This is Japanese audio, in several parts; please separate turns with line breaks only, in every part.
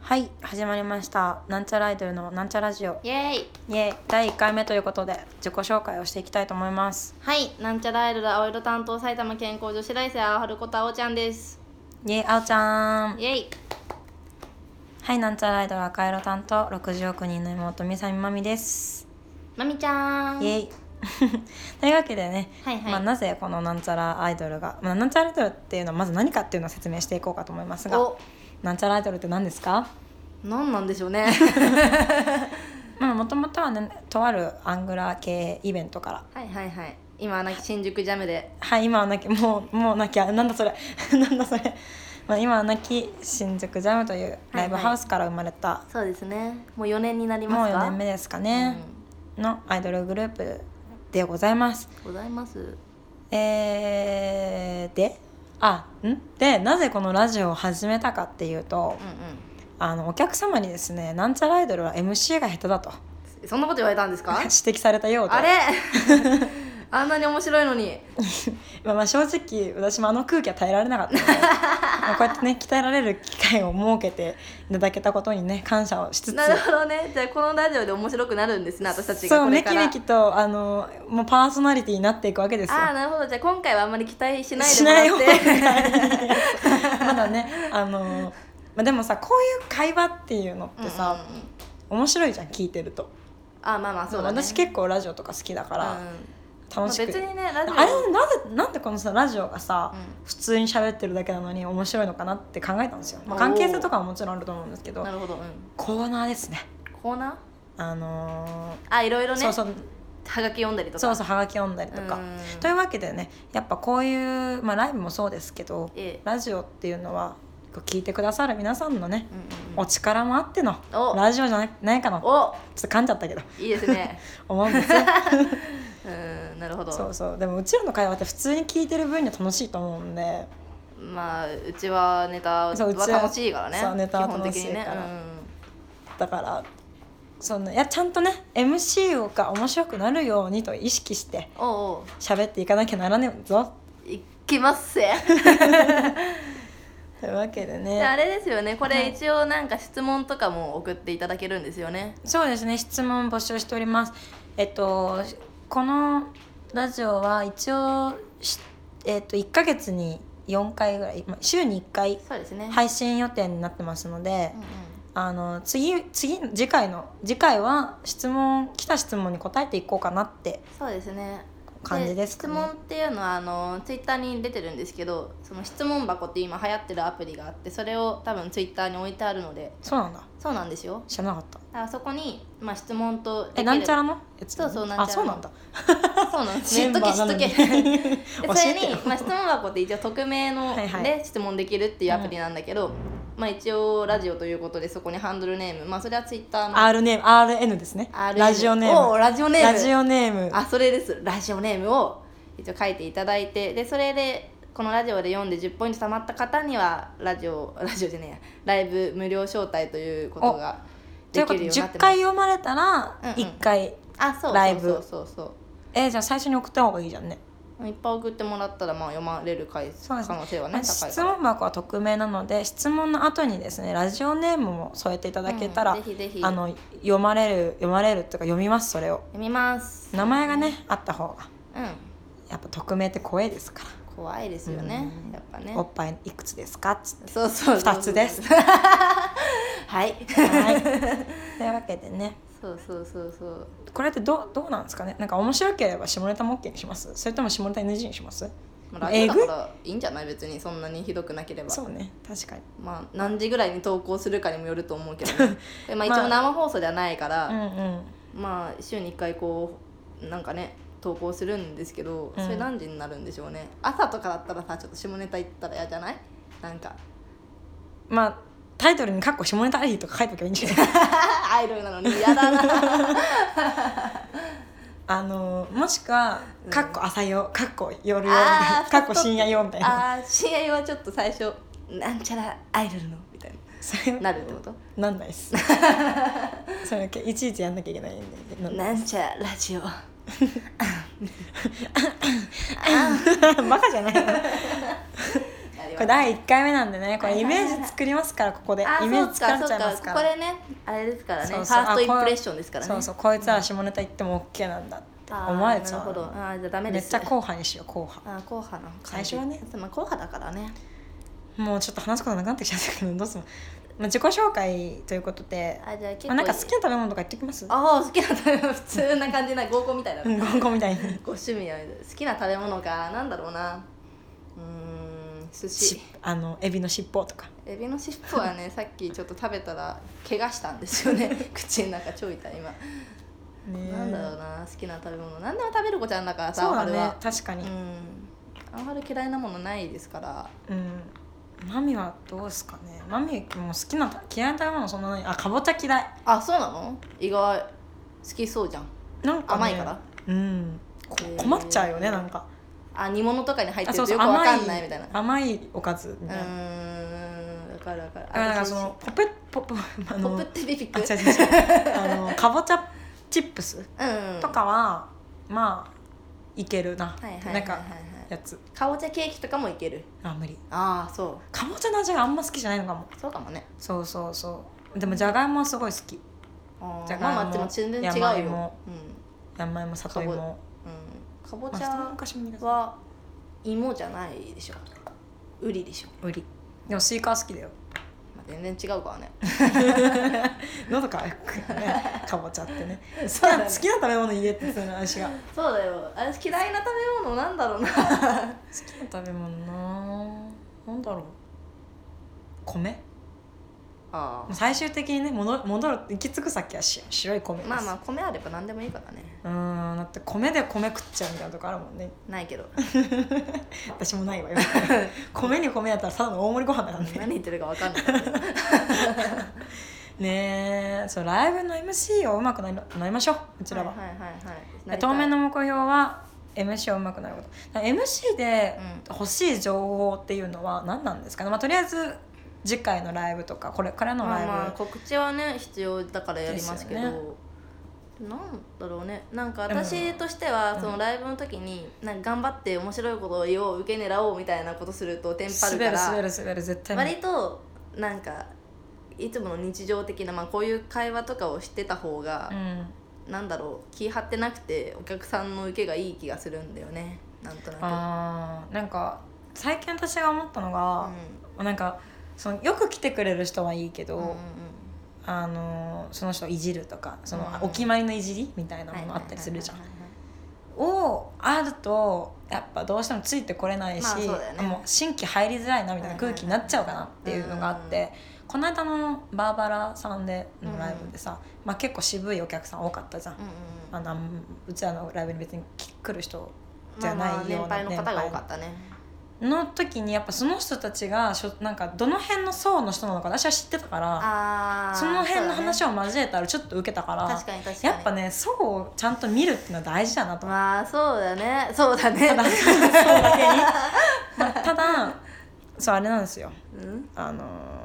はい始まりましたなんちゃらアイドルのなんちゃラジオ
イエーイ
イエーイ第1回目ということで自己紹介をしていきたいと思います
はいなんちゃらアイドル青色担当埼玉健康女子大生青春ことあおちゃんです
イエーイあおちゃん
イエーイ
はいなんちゃらアイドル赤色担当60億人の妹みさみまみです
まみちゃん
イエー イというわけでね、
はいはい
まあ、なぜこのなんちゃらアイドルが、まあ、なんちゃらアイドルっていうのはまず何かっていうのを説明していこうかと思いますが
お
なんちゃらアイドルって何ですか
なんなんでしょう ね
まあもともとはねとあるアングラ系イベントから
はいはいはい今なき新宿ジャムで
はい今はなきもうもうなきゃなんだそれ なんだそれ、まあ、今はなき新宿ジャムというライブハウスから生まれた、
そうですねもう4年になり
も
ま
う
す
4
か
年目ですかね、のアイドルグループでございます
うん、ございます
えー、であんでなぜこのラジオを始めたかっていうと、
うん
あのお客様にですねなんちゃらアイドルは MC が下手だと
うんそんなこと言われたんですか
指摘されたようで
あ れあんなに面白いのに
まあ、まあ正直私もあの空気は耐えられなかった のでまあこうやってね鍛えられる機会を設けていただけたことにね感謝をしつつ
なるほどねじゃあこのラジオで面白くなるんですね私たちが
そう
これ
め
か
き
ら
めきとあのもうパーソナリティになっていくわけですよ。
ああなるほどじゃあ今回はあんまり期待しないで
し
も
ない方が
ら
い
っ
い
て
まだねあの、まあ、でもさこういう会話っていうのってさ、
うんうんうん
面白いじゃん聞いてると、
あまあまあそうだね
私結構ラジオとか好きだから、楽しく、
うんまあ別にねラジオ
あれなぜなんでこのさラジオがさ、
うん
普通に喋ってるだけなのに面白いのかなって考えたんですよ、まあ、
おー
関係性とかはもちろんあると思うんですけど
なるほど、うん、
コーナーですね
コーナー
あの
あいろいろ
ー
ね
そうそう
はがき読んだりとか
そうそうはがき読んだりとか
うん
というわけでねやっぱこういう、まあ、ライブもそうですけど、
ええ
ラジオっていうのはこう聞いてくださる皆さんのね
う、んうん
お力もあっての
お
ラジオじゃなないかなちょっ
お
と噛んじゃったけど
いいですね
思うんです よ
うんなるほど
そうそうでもうちらの会話って普通に聞いてる分には楽しいと思うんで
まあうちはネタは
そううちは
楽しいからね
そうネタは
基本的にね
楽しいから
うん
だからそのいやちゃんとね MC が面白くなるようにと意識して
おうおう
喋っていかなきゃならねえぞ
いきますせ
というわけで
であ
ね
れですよねこ
はい
れ一応なんか質問とかも送っていただけるんですよね
そうですね質問募集しておりますえっとこのラジオは一応しえっと1ヶ月に4回ぐらいまあ週に1回
そうですねい、
配信予定になってますので
うんうん、
あの次次次回の次回は質問来た質問に答えていこうかなって
そうですね
感じですかね
質問っていうのはあのツイッターに出てるんですけどその質問箱って今流行ってるアプリがあってそれを多分ツイッターに置いてあるので
そうなんだ
そうなんですよ
知らなかった
あそこに、まあ、質問と
えなんちゃ
ら
らのやつ
そうそうなんちゃらの
あそうなんだ
そうなん です
メ
知
ン
っ
バ
とけ知っ
ーなの
と
に
け で それ
教え
に
て、
まあ、質問箱って一応匿名の
はいはい
で質問できるっていうアプリなんだけど、まあ、一応ラジオということでそこにハンドルネーム、まあ、それはツイッターの
R ネーム RN ですね
RN
ラジオネー
お
ム
うラジオネーム
ラジオネーム
あそれですラジオネームを一応書いていただいてでそれでこのラジオで読んで10ポイント貯まった方にはラジオ ラジオじゃねえやライブ無料招待ということが
と
で
いうこ
き
と
る
で
ようになって
10
ます
回読まれたら
うんうん
1回、
あそう
ライブ
そうそうそう
えーじゃあ最初に送った方がいいじゃんね
そういっぱい送ってもらったらまあ読まれる回数
そ
可
うですね
能性は
ま
ね
あ
高い
質
から
問箱は匿名なので質問の後にですねラジオネームも添えていただけたら、
うんぜひぜひ
あの読まれる読まれるっていうか読みますそれを
読みます
名前がねあった方が
うん
やっぱ匿名って怖いですから、
怖いですよねやっぱね
おっぱいいくつですかっつって
そうそうそう
二つです
はい
はい というわけでね
そうそうそうそう
これってどうどうなんですかねなんか面白ければ下ネタも OK にしますそれとも下ネタ NG にします
まあラ
え
ジオ
ぐい
だからいいんじゃない別にそんなにひどくなければ
そうね確かに
まあ、何時ぐらいに投稿するかにもよると思うけど、 ね、でまあ一応生放送ではないから、
うんうん
まあ週に1回こうなんかね投稿するんですけど、
うん
それ何時になるんでしょうね朝とかだったらさちょっと下ネタ言ったら嫌じゃないなんか
まあタイトルに「かっこ下ネタアリー」とか書いとけばいいん じゃない
アイドルなのに嫌だ な
あのもしくは「かっこ朝用」「かっこ夜用」みたい
あ
な
ー
「かっこ深夜用」みたいな
あー試合はちょっと最初なんちゃらアイドルのみたい
それ
ななるってこと
なんないっすそれいちいちやんなきゃいけないんで なん
なんちゃラジオ
バカじゃないの
や言
こ
われ
れ
て
第1回目なんでねこ
は
れ
い
イ
はいはい
メージ作りますからここで
あ
イメージ作られちゃいます
そうか
か
こ
ら
れねあれですからね
そう
フ
そう
ァーストイ
あこう
ンプレッションですからね
そうそうこいつら下ネタ言っても OK なんだって思われちゃ
あーなるほど
う
あーじゃあダメ
め
で
っ
す
ちゃ硬派にしよう硬派
あー硬派な感じ
最初はね
まあ硬派だからね
もうちょっと話すことなくなってきちゃったけどどうするまあ、自己紹介ということで、
あじゃあ結
ま
構
あ、なんか好きな食べ物とか言ってきます
あー好きな食べ物普通な感じな合コンみたいな
うんゴンゴンみ たいに
ご趣味や好きな食べ物かなんだろうなうーん寿司
しあのエビの尻尾とか
エビの尻尾は ねさっきちょっと食べたら怪我したんですよね口の中ちょいた今、
ね
なんだろうな好きな食べ物何でも食べる子ちゃんだからさ
そうだ
青春
ね
は
確かに
うんあんまり嫌いなものないですから
うんマミはどうですかねマミもう好きなた嫌いな食べ物そんなないあかぼちゃ嫌い
あそうなの意外好きそうじゃん
なんか、ね、
甘いから
うんこ
へー
困っちゃうよねなんか
あ煮物とかに入って
あ
ると
そうそ
よ
う
くわ
甘
か
い
んないみたいな
甘いおかずみ
う
たいな、だ
ーんわかるわかる
からなんかそのポペポポ あ
ポ
の
ップってビビッ
あ
ク
違う違う違うあのかぼちゃチップス
うん
とかは、まあいけるな、
はいはいはいはい
な
は
んか
い
やつ
かぼちゃケーキとかもいける
あ無理
ああそ
かぼちゃの味があんま好きじゃないのかも
うそうかもね
そうそうそうでもじゃがいもはすごい好き
あ
じゃ
ー
がいも
まあまあでも全然違う
山
よ
芋山芋里芋
かうん、うん、かぼち
まあ
ゃ
昔も皆さん
は芋じゃないで しょウリでしょ、
無理でもスイカは好きだよ
まあ、全然違うからね
喉乾くよ ねかぼちゃってね好き
そう
な
だね
好きな食べ物言えってその足が好
そうだよあれ嫌いな食べ物なんだろうな
きな食べ物なぁなんだろう米
あー
最終的にね戻る戻る行き着く先はし白い米です
まあまあ米あれば何でもいいからね
うーんだって米で米食っちゃうみたいなとこあるもんね
ない けど
私もない わよ米に米やったらただの大盛りご飯だからね
何言ってるかわかんないけど
ねえそうライブの MC をうまくなりなりましょうこちらは、
はいはいはいはい
当面
の
の目標は MC をうまくなることだから MC で欲しい情報っていうのは何なんですかね、まあ、とりあえず次回のライブとかこれからの
ま
ラ
あ
イブ、
まあ告知はね必要だからやりますけど
ですよ
なんだろうねなんか
でも
私としては
うん
そのライブの時になんか頑張って面白いことを言おう受け狙おうみたいなことするとテンパる
滑
か
る滑
ら
る滑る絶対に
割となんかいつもの日常的な、まあ、こういう会話とかをしてた方が
う、ん、
なんだろう気張ってなくてお客さんの受けがいい気がするんだよねなんとな
あーなんか最近私が思ったの
く。
が、なんかそのよく来てくれる人はいいけど、
うんうんうん
あのその人をいじるとかその、
うん
お決まりのいじりみたいな
はい
ものあったりするじゃん
はい。はいはいはい
をあるとやっぱどうしてもついてこれないし、
まあそうだよね
もう新規入りづらいなみたいな空気になっちゃうかなっていうのがあって、
うん
この間のバーバラさんでのライブでさ、まあ、結構渋いお客さん多かったじゃん。
うんうんうん
あのうちらのライブに別に来る人じ
ま
ゃ
あ
ない
まあ年
ような
配の方が多かったね。
の時にやっぱその人たちがしょなんかどの辺の層の人なのか私は知ってたから
あー
その辺の話
そう
を交えたらちょっと受けたから
だね確かに確かに
やっぱね層をちゃんと見るっていうのは大事だなと思って
まあそうだねそうだね
ただそうだけに、まあ、ただそうあれなんですよ
うん
あのー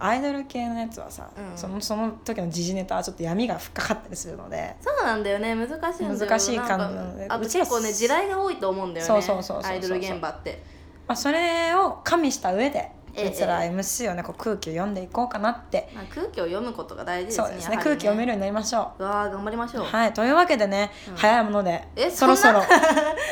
アイドル系のやつはさ、
うん
そのその時の時事ネタはちょっと闇が深かったりするので
そうなんだよね難しいんだよ
難しい感じ
なん
なので
あと
うちら
結構ね地雷が多いと思うんだよね
そうそうそうそうそう
アイドル現場って
まあ、それを加味した上で
ええ
うちら MC をねこう空気を読んでいこうかなって、
まあ空気を読むことが大事ですね
そうですね空気読め
る
るようになりましょう。
わあ頑張りましょう、
はい、というわけでね、
うん
早いもので
え
そろそろ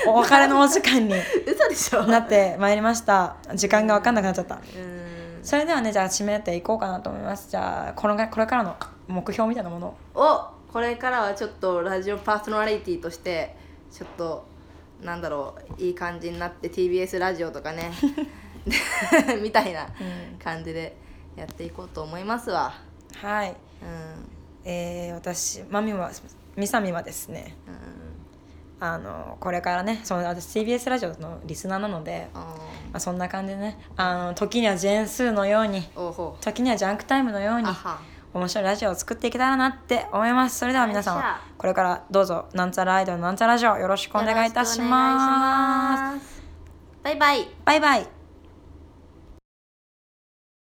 お別れのお時間に
嘘でしょ
なってまいりました時間が分かんなくなっちゃった
うーん
それではねじゃあ締めていこうかなと思いますじゃあこのがこれからの目標みたいなものを
をこれからはちょっとラジオパーソナリティとしてちょっとなんだろういい感じになって TBS ラジオとかね みたいな感じでやっていこうと思いますわ
はい、
うん
えー、私マミはみさみはですね
うん
あのこれからねその私 TBS ラジオのリスナーなので、ま
あ
あ、そんな感じでねあの時にはジェーンスーのように
ーおうほう
時にはジャンクタイムのように
あは
面白いラジオを作っていけたらなって思いますそれでは皆
よっし
様
ゃ
これからどうぞなんちゃらアイドルなんちゃらラジオよろしくお願いいたし
よろくお願いし
ます
ますバイバイ
バイバイ